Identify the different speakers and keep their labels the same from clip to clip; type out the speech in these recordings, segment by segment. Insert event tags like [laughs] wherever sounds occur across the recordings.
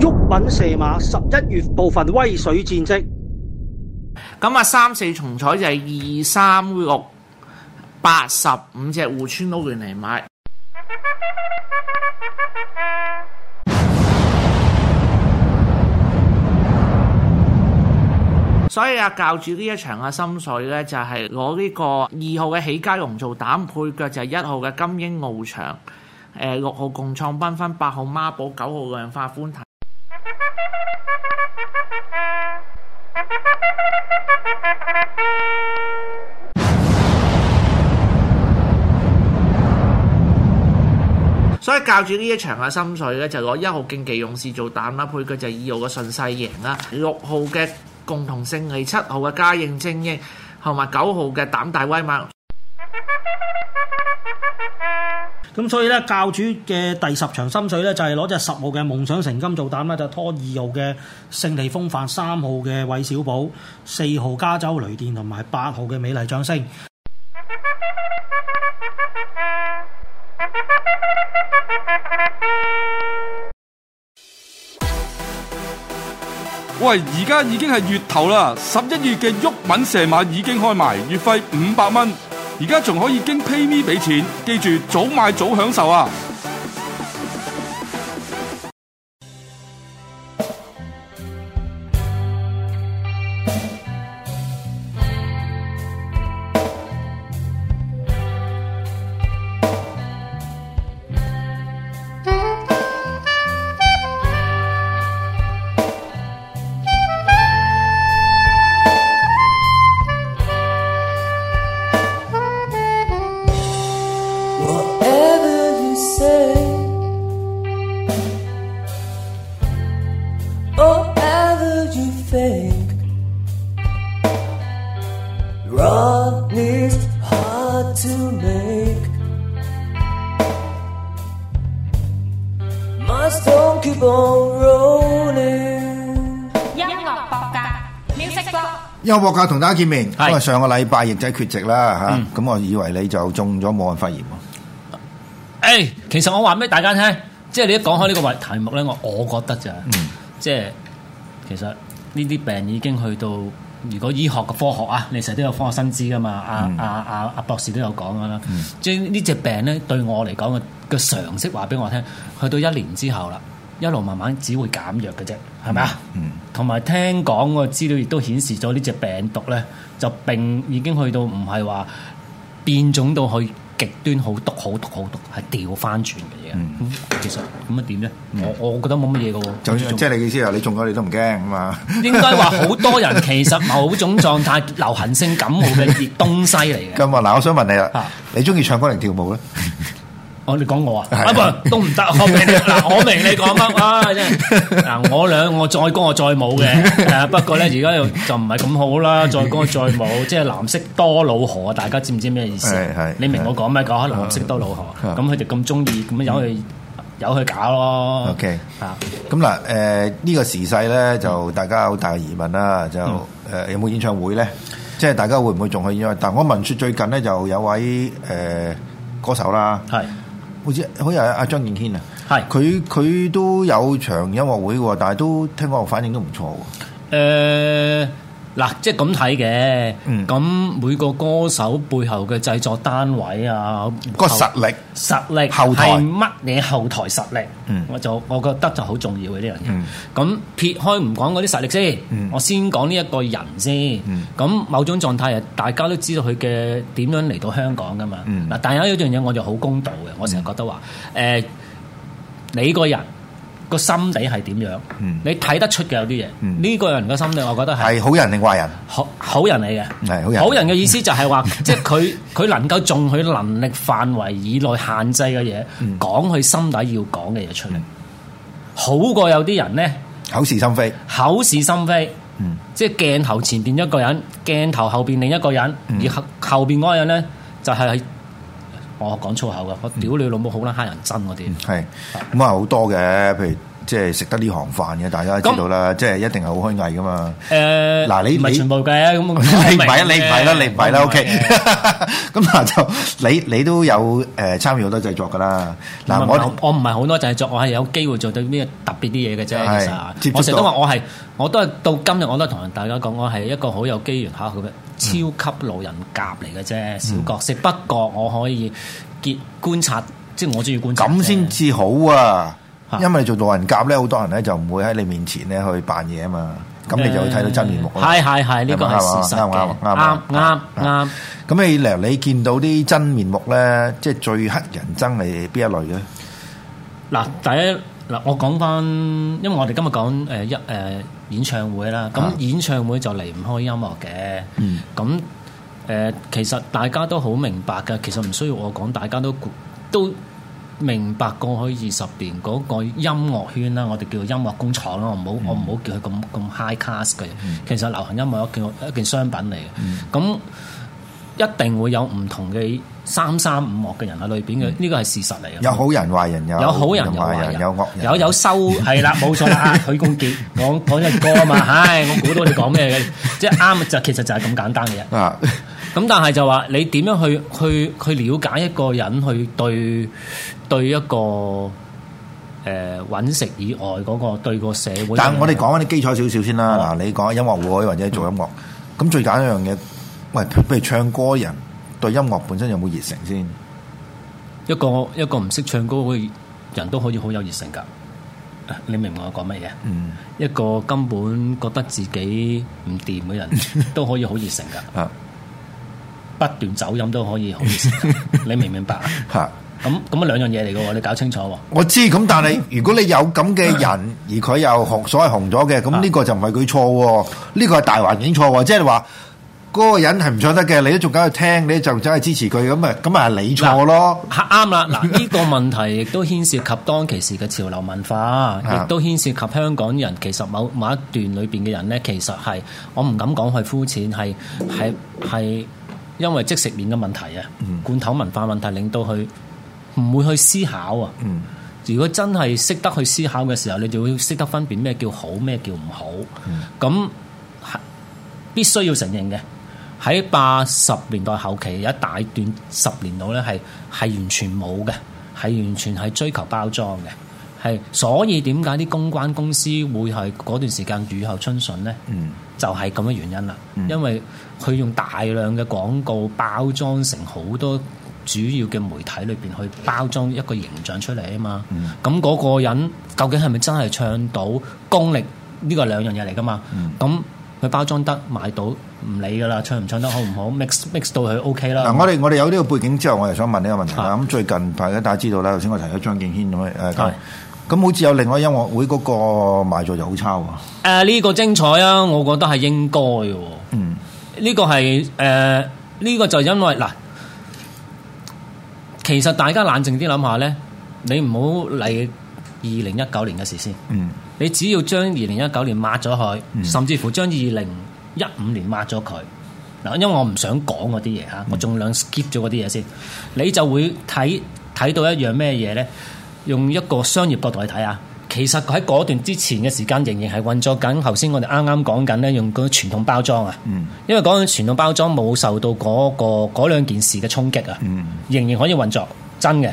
Speaker 1: 沃品射馬十一月部分威水戰績，
Speaker 2: 咁啊，三四重彩就係二三六八十五隻互村撈亂嚟買。所以啊，教主呢一場嘅心水呢，就係攞呢個二號嘅起家龍做膽，配腳就係一號嘅金鷹翱翔，誒、六號共創繽紛，八號孖寶，九號量化寬體。所以教住呢一場嘅心水咧，就攞一號競技勇士做膽啦，配佢就二號嘅順勢贏啦，六號嘅共同勝利，七號嘅家應精英，同埋九號嘅膽大威猛。
Speaker 1: 咁所以咧教主嘅第十場心水咧就係攞只十號嘅夢想成金做膽啦，就拖二號嘅勝利風範、三號嘅韋小寶、四號加州雷電同埋八號嘅美麗掌聲。
Speaker 3: 喂，而家已經係月頭啦，十一月嘅沃敏射馬已經開埋，月費五百蚊，而家仲可以經 PayMe 俾錢，記住早買早享受啊！
Speaker 4: Whatever you say, or ever you think, wrong is hard to make. My stone keep on rolling.
Speaker 5: 音樂博格 Music Blog。
Speaker 6: 邱博教同大家見面，
Speaker 2: 係
Speaker 6: 咁啊上個禮拜亦仔缺席
Speaker 7: 嗯
Speaker 6: 啦嚇，咁我以為你就中咗武漢肺炎喎，
Speaker 7: 诶、哎其實我話俾大家聽，即係你一講開呢個話題目咧，我我覺得咋，即係其實呢啲病已經去到，如果醫學嘅科學啊，你成日都有科學新知噶嘛，啊阿阿阿阿博士都有講噶啦，即係呢只病咧對我嚟講嘅嘅常識話俾我聽，去到一年之後啦。一路慢慢只會減弱嘅啫，係咪啊？同埋、聽講個資料亦都顯示咗呢只病毒咧，就並已經去到唔係話變種到去極端好毒好毒好毒，係調翻轉嘅嘢。咁其實咁啊點咧？我我覺得冇乜嘢嘅喎。
Speaker 6: 就即係你意思係你中咗你都唔驚咁啊？
Speaker 7: 應該話好多人其實某種狀態流行性感冒嘅熱東西嚟嘅。
Speaker 6: [laughs] 咁啊嗱，我想問你
Speaker 7: 啊
Speaker 6: 啦，你中意唱歌定跳舞咧？
Speaker 7: 我你講我啊，
Speaker 6: 係
Speaker 7: 啊不都唔
Speaker 6: [laughs]
Speaker 7: 得，我明你嗱，我明你講乜啊，真係嗱，我兩我再歌我再
Speaker 6: [laughs]
Speaker 7: 舞嘅，誒不過咧而家又就唔係咁好啦，再歌再舞， [laughs] 即係藍色多瑙河，啊大家知唔知咩意思
Speaker 6: 係係？啊
Speaker 7: 你明我講咩講？藍色多瑙河，咁佢哋咁中意，咁樣由佢由佢搞咯。
Speaker 6: 嗯 OK
Speaker 7: 啊，
Speaker 6: 咁嗱，誒呢個時勢咧，就大家好大疑問啦，就誒
Speaker 7: 嗯
Speaker 6: 有冇演唱會咧？即係大家會唔會仲去演唱會？但我聞説最近咧就有位誒歌手啦，
Speaker 7: 係
Speaker 6: 好似好似係阿張敬軒啊，
Speaker 7: 係
Speaker 6: 佢佢都有場音樂會喎，但係都聽講反應都唔錯喎。
Speaker 7: 誒呃嗱，即係咁睇嘅
Speaker 6: 嗯，
Speaker 7: 咁每個歌手背後嘅製作單位啊，
Speaker 6: 個
Speaker 7: 後
Speaker 6: 實力
Speaker 7: 實力
Speaker 6: 後台
Speaker 7: 係乜嘢後台實力？
Speaker 6: 嗯
Speaker 7: 我就我覺得就好重要嘅呢
Speaker 6: 嗯
Speaker 7: 樣嘢。咁撇開唔講嗰啲實力先，
Speaker 6: 嗯
Speaker 7: 我先講呢一個人先。咁、
Speaker 6: 嗯
Speaker 7: 某種狀態係大家都知道佢嘅點樣嚟到香港噶嘛。嗱、
Speaker 6: 嗯
Speaker 7: 但有一樣嘢我就好公道嘅，我成日覺得話誒、你個人。個心底係點樣？
Speaker 6: 嗯
Speaker 7: 你睇得出嘅有啲嘢，呢、
Speaker 6: 嗯
Speaker 7: 個人嘅心底，我覺得係
Speaker 6: 係好啊人定壞人？
Speaker 7: 好好人嚟嘅，
Speaker 6: 係好人
Speaker 7: 嘅意思就
Speaker 6: [laughs]
Speaker 7: 係話，即係佢佢能夠用佢能力範圍以內限制嘅嘢，
Speaker 6: 嗯
Speaker 7: 講佢心底要講嘅嘢出嚟，好過有啲人咧
Speaker 6: 口是心非，
Speaker 7: 口是心非，
Speaker 6: 嗯
Speaker 7: 即係鏡頭前邊一個人，鏡頭後邊另一個人，
Speaker 6: 嗯
Speaker 7: 而後後邊嗰個人咧就係、
Speaker 6: 嗯
Speaker 7: 我講粗口嘅，我屌你老母好撚黑人憎嗰啲，
Speaker 6: 係咁啊好多嘅，譬如即係食得呢行飯嘅，大家知道啦，即係一定係好虛偽噶嘛。
Speaker 7: 誒
Speaker 6: 嗱你
Speaker 7: 唔係
Speaker 6: 你
Speaker 7: 全部嘅咁，
Speaker 6: [laughs] 你唔係啊，你唔係啦，你唔係啦，OK
Speaker 7: 咁。
Speaker 6: [laughs] 咁嗱就你你都有誒參與好多製作噶啦。嗱
Speaker 7: 我
Speaker 6: 我
Speaker 7: 啊唔
Speaker 6: 哋
Speaker 7: 我唔係好多製作，我係有機會做到咩特別啲嘢嘅啫。
Speaker 6: 係
Speaker 7: 其
Speaker 6: 接觸
Speaker 7: 實我成日都
Speaker 6: 到
Speaker 7: 話我係，我都係到今日我都係同人大家講，我係一個好有機緣巧合嘅超級路人甲嚟嘅
Speaker 6: 嗯
Speaker 7: 啫，小角色。不過我可以結觀察，即係我中意觀察啫。
Speaker 6: 咁先至好啊
Speaker 7: 嚇，
Speaker 6: 因為做路人甲咧，好多人咧就唔會喺你面前咧去扮嘢啊嘛。咁你就會睇到真面目啦。
Speaker 7: 係係係，呢個係
Speaker 6: 係咪
Speaker 7: 事實
Speaker 6: 啱
Speaker 7: 嘅
Speaker 6: 啊，啱
Speaker 7: 啱
Speaker 6: 啊啱
Speaker 7: 啱
Speaker 6: 啊
Speaker 7: 啱。
Speaker 6: 咁你梁，你見到啲真面目咧，即係最黑人憎係邊一類咧？
Speaker 7: 嗱，第一嗱，我講翻，因為我哋今日講誒一誒演唱會啦，咁
Speaker 6: 啊
Speaker 7: 演唱會就離唔開音樂嘅，
Speaker 6: 嗯
Speaker 7: 咁誒、其實大家都好明白嘅，其實唔需要我講，大家都估都明白過去二十年嗰個音樂圈啦，我哋叫音樂工廠啦，我唔好、
Speaker 6: 嗯
Speaker 7: 我唔好叫佢咁咁 high class 嘅，其實流行音樂一件一件商品嚟
Speaker 6: 嗯
Speaker 7: 嘅，咁、一定會有唔同嘅三三五樂嘅人喺裏邊
Speaker 6: 嗯
Speaker 7: 嘅，呢個係事實嚟嘅。
Speaker 6: 有好人、壞人，有
Speaker 7: 有好人有
Speaker 6: 壞
Speaker 7: 壞人，
Speaker 6: 有惡人，
Speaker 7: 有有收係啦，冇錯啦。許冠傑講講只歌啊嘛，唉，我估到你講咩嘅，即係啱就其實就係咁簡單嘅啫。
Speaker 6: 啊，
Speaker 7: 咁但係就話你點樣去去去了解一個人去對對一個誒揾、食以外嗰、個對個社會，
Speaker 6: 但係我哋講翻啲基礎少少先啦。
Speaker 7: 啊
Speaker 6: 嗱，你講音樂會或者做音樂，咁最簡單一樣嘢，喂，譬如唱歌人對音樂本身有冇熱誠先？
Speaker 7: 一個一個唔識唱歌嘅人都可以好有熱誠㗎。你明唔明我講乜嘢？
Speaker 6: 嗯，
Speaker 7: 一個根本覺得自己唔掂嘅人都可以好熱誠㗎。
Speaker 6: 啊，
Speaker 7: 不斷走音都可以好熱誠，你明唔明白啊？
Speaker 6: 嚇。
Speaker 7: 咁咁啊兩樣嘢嚟嘅喎，你搞清楚喎。
Speaker 6: 我知咁，但
Speaker 7: 嗯
Speaker 6: 係如果你有咁嘅
Speaker 7: [laughs]
Speaker 6: 人，而佢又紅所謂紅咗嘅，
Speaker 7: 啊
Speaker 6: 咁呢個就唔係佢錯喎，呢個係大環境錯喎，即係話嗰個人係唔唱得嘅，你都仲梗去聽，你就走去支持佢，咁咪咁啊咪係你錯咯。
Speaker 7: 嚇啊啱啦！嗱，呢個問題亦都牽涉及當其時嘅潮流文化，亦都牽涉及香港人其實某某一段裏邊嘅人呢，其實係我唔敢講係膚淺，係係係因為即食麵嘅問題啊，罐頭文化問題令到佢唔會去思考啊。
Speaker 6: 嗯
Speaker 7: 如果真係識得去思考嘅時候，你就會識得分辨咩叫好，咩叫唔好。咁、係必須要承認嘅。喺八十年代後期有一大段十年度咧，係係完全冇嘅，係完全係追求包裝嘅。係，所以點解啲公關公司會係嗰段時間雨後春筍呢？
Speaker 6: 嗯
Speaker 7: 就係咁嘅原因啦。因為佢用大量嘅廣告包裝成好多主要嘅媒體裏邊去包裝一個形象出嚟啊嘛。
Speaker 6: 嗯
Speaker 7: 咁嗰、個人究竟係咪真係唱到功力？呢個兩樣嘢嚟噶嘛。
Speaker 6: 嗯
Speaker 7: 咁佢、包裝得賣到唔理噶啦，唱唔唱得好唔好，mix mix 到佢 OK 啦。
Speaker 6: 嗱，我哋我哋有呢個背景之後，我又想問呢個問題啦。
Speaker 7: 啊
Speaker 6: 咁最近大家大家知道啦，頭先我提咗張敬軒咁樣誒，
Speaker 7: 係
Speaker 6: 咁咁好似有另外音樂會嗰個賣座就好差喎。
Speaker 7: 誒呃呢個精彩啊，我覺得係應該嘅喎。
Speaker 6: 嗯，
Speaker 7: 呢個係誒呢個就因為嗱，其實大家冷靜啲諗下咧，你唔好嚟二零一九年嘅事先，
Speaker 6: 嗯，
Speaker 7: 你只要將二零一九年抹咗佢，甚至乎將二零一五年抹咗佢。嗱，因為我唔想講嗰啲嘢嚇，我盡量 skip 咗嗰啲嘢先，你就會睇睇到一樣咩嘢咧？用一個商業角度去睇啊，其實喺嗰段之前嘅時間，仍然係運作緊頭先我哋啱啱講緊咧，用嗰個傳統包裝啊，因為講緊傳統包裝冇受到嗰、個嗰兩件事嘅衝擊啊，仍然可以運作，真嘅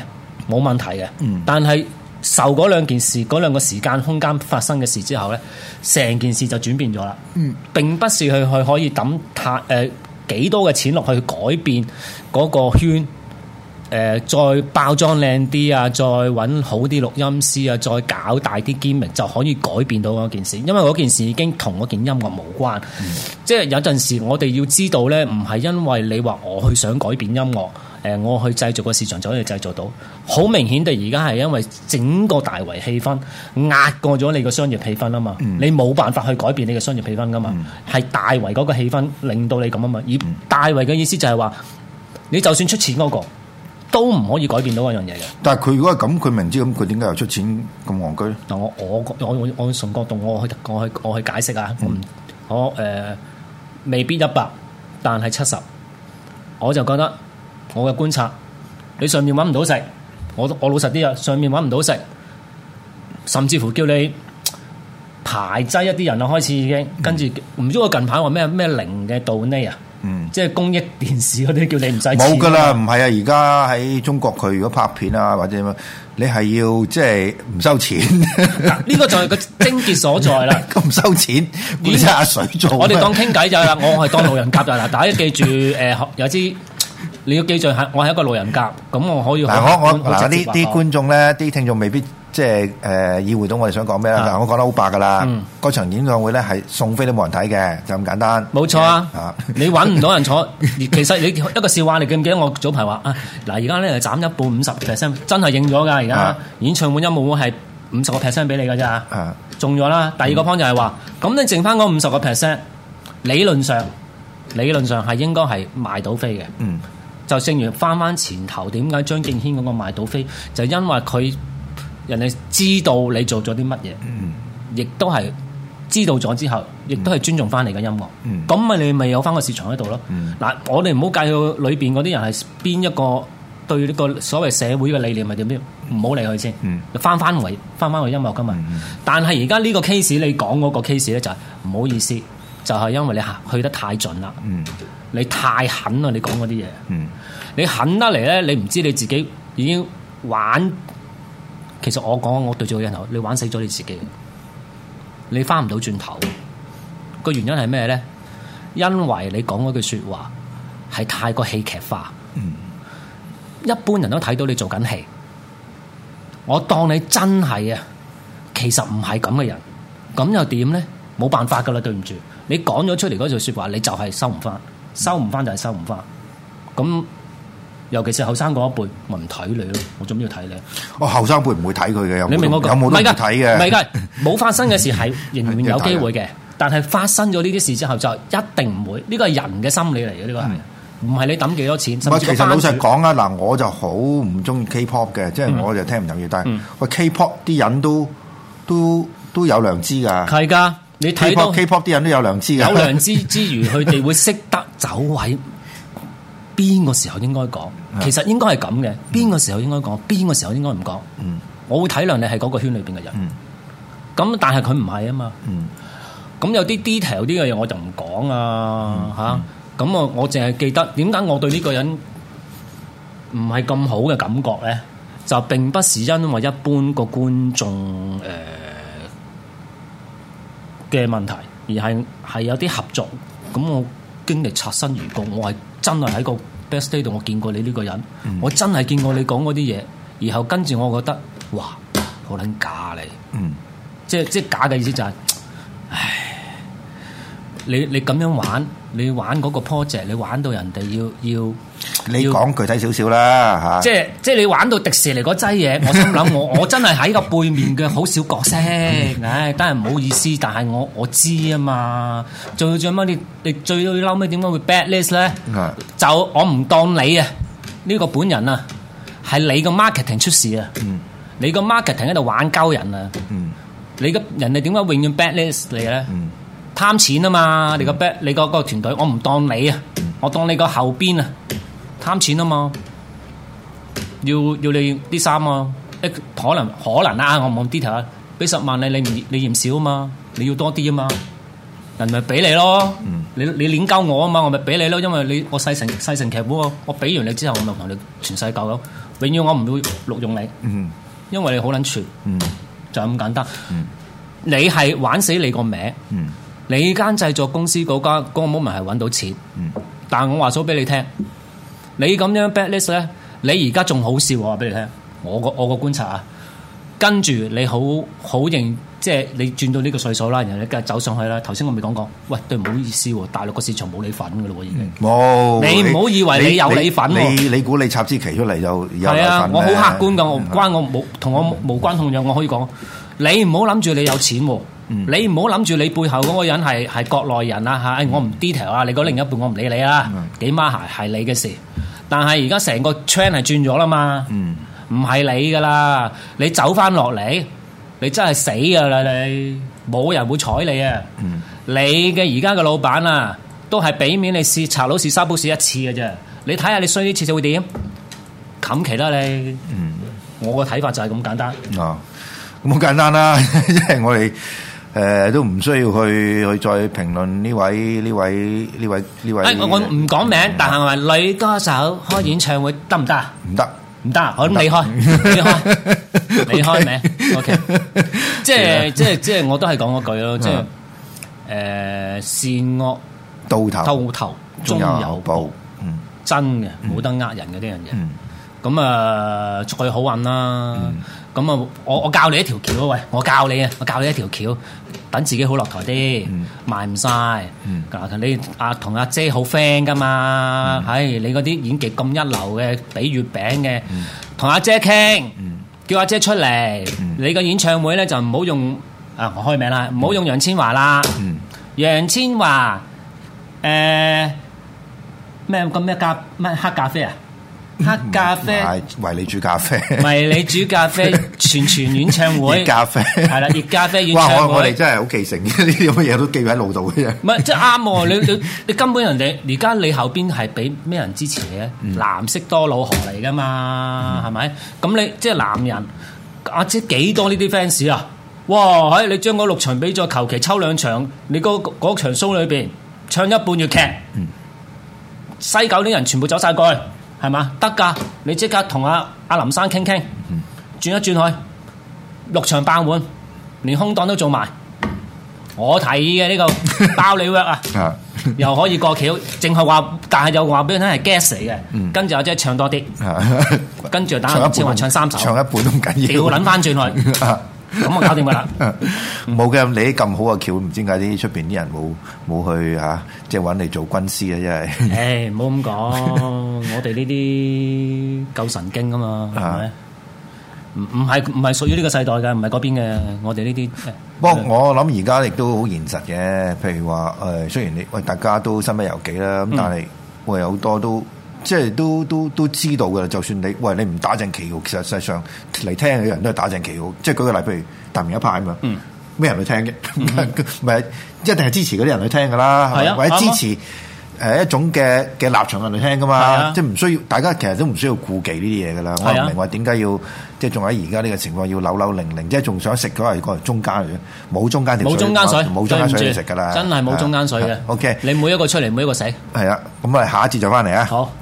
Speaker 7: 冇問題嘅，但係。受嗰兩件事、嗰兩個時間空間發生嘅事之後咧，成件事就轉變咗啦。嗯，並不是佢佢可以抌太誒幾多嘅錢落去改變嗰個圈。誒、呃再包裝靚啲啊，再揾好啲錄音師啊，再搞大啲 g i 就可以改變到嗰件事，因為嗰件事已經同嗰件音樂無關。即係有陣時我哋要知道呢，唔係因為你話我去想改變音樂，誒、我去製造個市場就可以製造到。好明顯地，而家係因為整個大圍氣氛壓過咗你個商業氣氛啊嘛，你冇辦法去改變你嘅商業氣氛噶嘛，係、大圍嗰個氣氛令到你咁啊嘛。而大圍嘅意思就係話，你就算出錢嗰、個。都唔可以改變到嗰樣嘢嘅。
Speaker 6: 但係佢如果係咁，佢明知咁，佢點解又出錢咁戇居咧？
Speaker 7: 嗱，我我我我我從角度我去我去我去解釋啊，我唔我誒、呃未必一百，但係七十，我就覺得我嘅觀察，你上面揾唔到食，我我老實啲啊，上面揾唔到食，甚至乎叫你排擠一啲人啦，開始已經跟住唔知我近排話咩咩零嘅道呢啊，
Speaker 6: 嗯
Speaker 7: 即係公益電視嗰啲叫你唔使錢啊
Speaker 6: 冇噶啦，唔係啊！而家喺中國，佢如果拍片啊或者點樣，你係要即係唔收錢，
Speaker 7: 呢個就係個症結所在 [laughs] 啦。
Speaker 6: [laughs] 咁唔收錢，本身阿水做咩。
Speaker 7: 我哋當傾偈就係啦，我係當路人甲就係啦。大家記住誒、學有支你要記住係我係一個路人甲，咁我可以
Speaker 6: 嗱，我我
Speaker 7: 好
Speaker 6: 嗱
Speaker 7: 直接
Speaker 6: 啲
Speaker 7: 話
Speaker 6: 啲
Speaker 7: 我
Speaker 6: 觀眾咧，啲聽眾未必即係誒意會到我哋想講咩啦。
Speaker 7: 啊
Speaker 6: 嗱，我講得好白噶啦
Speaker 7: 嗯，
Speaker 6: 嗰場演唱會咧係送飛都冇人睇嘅，就咁簡單。
Speaker 7: 冇
Speaker 6: [laughs]
Speaker 7: 錯
Speaker 6: 啊
Speaker 7: 啊！你揾唔到人坐，而其實你一個笑話，你記唔記得我早排話啊？嗱，而家咧就斬一半五十 percent，真係應咗㗎。而
Speaker 6: 啊
Speaker 7: 家演唱會音樂會係五十個 percent 俾你㗎咋，
Speaker 6: 啊
Speaker 7: 中咗啦。第二個
Speaker 6: 嗯
Speaker 7: 方就係話，咁你剩翻嗰五十個 percent，理論上理論上係應該係賣到飛嘅。
Speaker 6: 嗯，
Speaker 7: 就正如翻翻前頭，點解張敬軒嗰個賣到飛，就因為佢人哋知道你做咗啲乜嘢，
Speaker 6: 嗯
Speaker 7: 亦都係知道咗之後，亦都係尊重翻你嘅音樂
Speaker 6: 嗯。
Speaker 7: 咁咪、你咪有翻個市場喺度咯。嗱、我哋唔好計佢裏邊嗰啲人係邊一個對呢個所謂社會嘅理念係點樣，唔好理佢先
Speaker 6: 嗯。
Speaker 7: 翻翻回翻翻回音樂噶嘛。但係而家呢個 case 你講嗰個 case 咧就係、唔好意思，就係、因為你行去得太盡啦。你太狠啦！你講嗰啲嘢，
Speaker 6: 嗯
Speaker 7: 你狠得嚟咧，你唔知你自己已經玩。其實我講，我對住個人頭，你玩死咗你自己，你翻唔到轉頭。個原因係咩咧？因為你講嗰句説話係太過戲劇化，一般人都睇到你做緊戲。我當你真係啊，其實唔係咁嘅人，咁又點呢？冇辦法噶啦，對唔住，你講咗出嚟嗰句説話，你就係收唔翻，收唔翻就係收唔翻。咁尤其是後生嗰一輩，咪唔睇你咯，我做咩要睇你？
Speaker 6: 我哦後生輩唔會睇佢嘅，有冇
Speaker 7: 你明我
Speaker 6: 有
Speaker 7: 講
Speaker 6: 冇
Speaker 7: 唔
Speaker 6: 都唔
Speaker 7: 係㗎
Speaker 6: 睇
Speaker 7: 唔
Speaker 6: 嘅。
Speaker 7: 係㗎，冇發生嘅
Speaker 6: [laughs]
Speaker 7: 事係仍然有機會嘅。但係發生咗呢啲事之後，就一定唔會。呢個係人嘅心理嚟嘅，呢個係唔係你抌幾多錢？
Speaker 6: 唔係，
Speaker 7: 甚
Speaker 6: 其
Speaker 7: 至個
Speaker 6: 實老
Speaker 7: 班主
Speaker 6: 實講啊，嗱，我就好唔中意 K-pop 嘅，即係我就聽唔入耳，但
Speaker 7: 嗯
Speaker 6: 係喂 K-pop 啲人都都都有良知㗎。
Speaker 7: 係㗎，你睇到
Speaker 6: K-pop K-pop 啲人都有良知㗎。
Speaker 7: 有良知之餘，佢哋會識得走位，邊個時候應該講？其實應該係咁嘅，邊個時候應該講，邊個時候應該唔講。
Speaker 6: 嗯
Speaker 7: 我會體諒你係嗰個圈裏邊嘅人
Speaker 6: 嗯。
Speaker 7: 咁、但係佢唔係啊嘛。
Speaker 6: 嗯
Speaker 7: 咁有啲 detail 啲嘅嘢我就唔講啊
Speaker 6: 嗯
Speaker 7: 嚇。咁、我我淨係記得點解我對呢個人唔係咁好嘅感覺咧，就並不是因為一般個觀眾誒。呃嘅問題，而係係有啲合作。咁我經歷擦身而過，我係真係喺個 best day 度，我見過你呢個人，
Speaker 6: 嗯
Speaker 7: 我真係見過你講嗰啲嘢，然後跟住我覺得，哇，好撚假你！
Speaker 6: 嗯
Speaker 7: 即係即係假嘅意思就係、唉，你你咁樣玩，你玩嗰個 project，你玩到人哋要要，
Speaker 6: 你
Speaker 7: 要
Speaker 6: 講具體少少啦嚇。
Speaker 7: 即係即係你玩到迪士尼嗰劑嘢，我心諗我我真係喺個背面嘅好少角色，唉，真係唔好意思，但係我我知啊嘛，最最尾你你最嬲尾點解會 bad list 咧？
Speaker 6: 啊
Speaker 7: 就我唔當你啊，呢、個本人啊，係你個 marketing 出事啊，你個 marketing 喺度玩鳩人啊，
Speaker 6: 嗯
Speaker 7: 你個人哋點解永遠 bad list 你咧？
Speaker 6: 嗯
Speaker 7: 貪錢啊嘛！你個 b 你個個團隊，我唔當你啊，我當你個後邊啊，貪錢啊嘛，要要你啲衫啊，誒可能可能啊，我冇 detail 啊，俾十萬你，你唔你嫌少啊嘛，你要多啲啊嘛，人咪俾你咯，你你攆鳩我啊嘛，我咪俾你咯，因為你我細成細成劇本我我俾完你之後，我咪同你全世界咯，永遠我唔會錄用你，
Speaker 6: 嗯
Speaker 7: 因為你好撚串，
Speaker 6: 嗯
Speaker 7: 就咁簡單。你係玩死你個名。
Speaker 6: 嗯
Speaker 7: 你間製作公司嗰間嗰個 moment 係揾到錢，
Speaker 6: 嗯
Speaker 7: 但係我話咗俾你聽，你咁樣 bad list 咧，你而家仲好笑我話俾你聽，我個我個觀察啊，跟住你好好認，即係你轉到呢個歲數啦，然後你梗係走上去啦。頭先我未講過，喂，對唔好意思喎，大陸個市場冇你份噶咯喎已經。
Speaker 6: 冇。
Speaker 7: 你唔好以為你有你份喎
Speaker 6: 你你估你插支旗出嚟就有
Speaker 7: 係啊，
Speaker 6: 你份
Speaker 7: 我好
Speaker 6: 咩嗯
Speaker 7: 客觀噶，我唔關我冇同我無無關痛癢，我可以講，你唔好諗住你有錢喎、
Speaker 6: 嗯
Speaker 7: 你唔好諗住你背後嗰個人係係國內人啦、啊、嚇、哎我
Speaker 6: 嗯
Speaker 7: 唔 detail 啊，你嗰另一半我唔理你啦、幾孖鞋係你嘅事，但係而家成個 trend 係轉咗啦嘛，
Speaker 6: 嗯
Speaker 7: 唔係、你噶啦，你走翻落嚟，你真係死噶啦你，冇人會睬你啊！
Speaker 6: 嗯
Speaker 7: 你嘅而家嘅老闆啊，都係俾面你試查佬試沙煲試一次嘅啫，你睇下你衰呢次就會嗯點？冚其啦你。我個睇法就係咁簡單。
Speaker 6: 啊。咁好簡單啦， [laughs] 因為我哋誒、呃都唔需要去去再評論呢位呢位呢位呢位。
Speaker 7: 哎誒，我我唔講名，但係我話女歌手開演唱會得唔得啊？
Speaker 6: 唔得。
Speaker 7: 唔得啊，我咁你開， [laughs] 你開，你開名，OK。即 [laughs] 係啊即係即係，我都係講嗰句咯，即係誒善惡
Speaker 6: 到頭
Speaker 7: 到頭終嗯啊有報，，
Speaker 6: 嗯
Speaker 7: 真嘅冇得呃人嘅呢樣嘢。
Speaker 6: 嗯，
Speaker 7: 咁啊，祝佢好運啦！咁啊，我我教你一條橋啊，喂，我教你啊，我教你一條橋，等自己好落台啲，賣唔晒。
Speaker 6: 嗯
Speaker 7: 嗱，你啊同阿姐好 friend 噶嘛？
Speaker 6: 嗯
Speaker 7: 唉，你嗰啲演技咁一流嘅，俾月餅嘅，
Speaker 6: 嗯
Speaker 7: 同阿姐傾，叫阿姐出嚟。
Speaker 6: 嗯
Speaker 7: 你個演唱會咧就唔好用啊，我開名啦，唔好用楊千嬅啦
Speaker 6: 嗯。
Speaker 7: 楊千嬅，呃誒咩咁咩咖咩黑咖啡啊？
Speaker 6: 嗯
Speaker 7: 黑咖啡。
Speaker 6: 買為你煮咖啡，
Speaker 7: 迷你煮咖啡全全演唱會，
Speaker 6: [laughs] 熱咖啡
Speaker 7: 係啦，熱
Speaker 6: [laughs]
Speaker 7: 咖啡演
Speaker 6: 哇！
Speaker 7: 唱
Speaker 6: 我我
Speaker 7: 會
Speaker 6: 哋，真係好記性，呢啲咁嘅嘢都記喺腦度嘅啫。
Speaker 7: [laughs] 唔係即係啱喎！你你你根本人哋而家你後邊係俾咩人支持你咧？藍色多瑙河嚟噶嘛，係咪？咁你即係男人，阿姐幾多呢啲 fans 啊？哇！喺你將嗰六場比賽求其抽兩場，你嗰嗰場 show 裏邊唱一半粵劇，西九啲人全部走晒過去，係嘛？得㗎，你即刻同阿阿林生傾傾，轉一轉去。六場爆滿，連空檔都做埋。 [laughs] 我睇嘅呢個包你 work 啊，
Speaker 6: 啊，
Speaker 7: [laughs] 又可以過橋，淨係話，但係又話俾你聽係 guess 嚟嘅。跟住我即係唱多啲，跟住打
Speaker 6: 嗯唱一
Speaker 7: 先話
Speaker 6: 半，
Speaker 7: 唱三首，
Speaker 6: 唱一半都唔緊
Speaker 7: 屌
Speaker 6: 要。
Speaker 7: 撚翻轉
Speaker 6: [laughs]
Speaker 7: 去，
Speaker 6: 啊
Speaker 7: 咁啊搞掂㗎啦。
Speaker 6: [laughs] 冇嘅，你咁好嘅橋，唔知點解啲出邊啲人冇冇去嚇，即係揾你做軍師啊！真係
Speaker 7: 唉，唔好咁講，我哋呢啲夠神經啊嘛，係咪
Speaker 6: 啊？
Speaker 7: 唔唔係唔係屬於呢個世代嘅，唔係嗰邊嘅，我哋呢啲。
Speaker 6: 不過我諗而家亦都好現實嘅，譬如話誒、呃，雖然你喂大家都身不由己啦，
Speaker 7: 嗯
Speaker 6: 咁但係喂有好多都即係都都都知道嘅啦。就算你喂你唔打正旗號，其實實際上嚟聽嘅人都係打正旗號。即係舉個例，譬如達明一派咁樣，
Speaker 7: 嗯
Speaker 6: 咩、人去聽嘅？ [laughs] 唔係、一定係支持嗰啲人去聽噶啦，係
Speaker 7: 係
Speaker 6: 咪
Speaker 7: 啊
Speaker 6: 或者
Speaker 7: 啱
Speaker 6: 支
Speaker 7: 啊
Speaker 6: 持。誒一種嘅嘅立場人去聽噶嘛，
Speaker 7: 係啊
Speaker 6: 即係唔需要，大家其實都唔需要顧忌呢啲嘢噶啦。我
Speaker 7: 係啊
Speaker 6: 唔明話點解要即係仲喺而家呢個情況要扭扭零零，即係仲想食嗰係個中間嚟嘅，冇中間條
Speaker 7: 冇中間水，
Speaker 6: 冇中間水
Speaker 7: 對唔
Speaker 6: 你
Speaker 7: 住
Speaker 6: 食噶啦，
Speaker 7: 真係冇中間水嘅
Speaker 6: 啊。OK，
Speaker 7: 你每一個出嚟，每一個死。
Speaker 6: 係啊，咁我哋下一節就翻嚟啊。
Speaker 7: 好。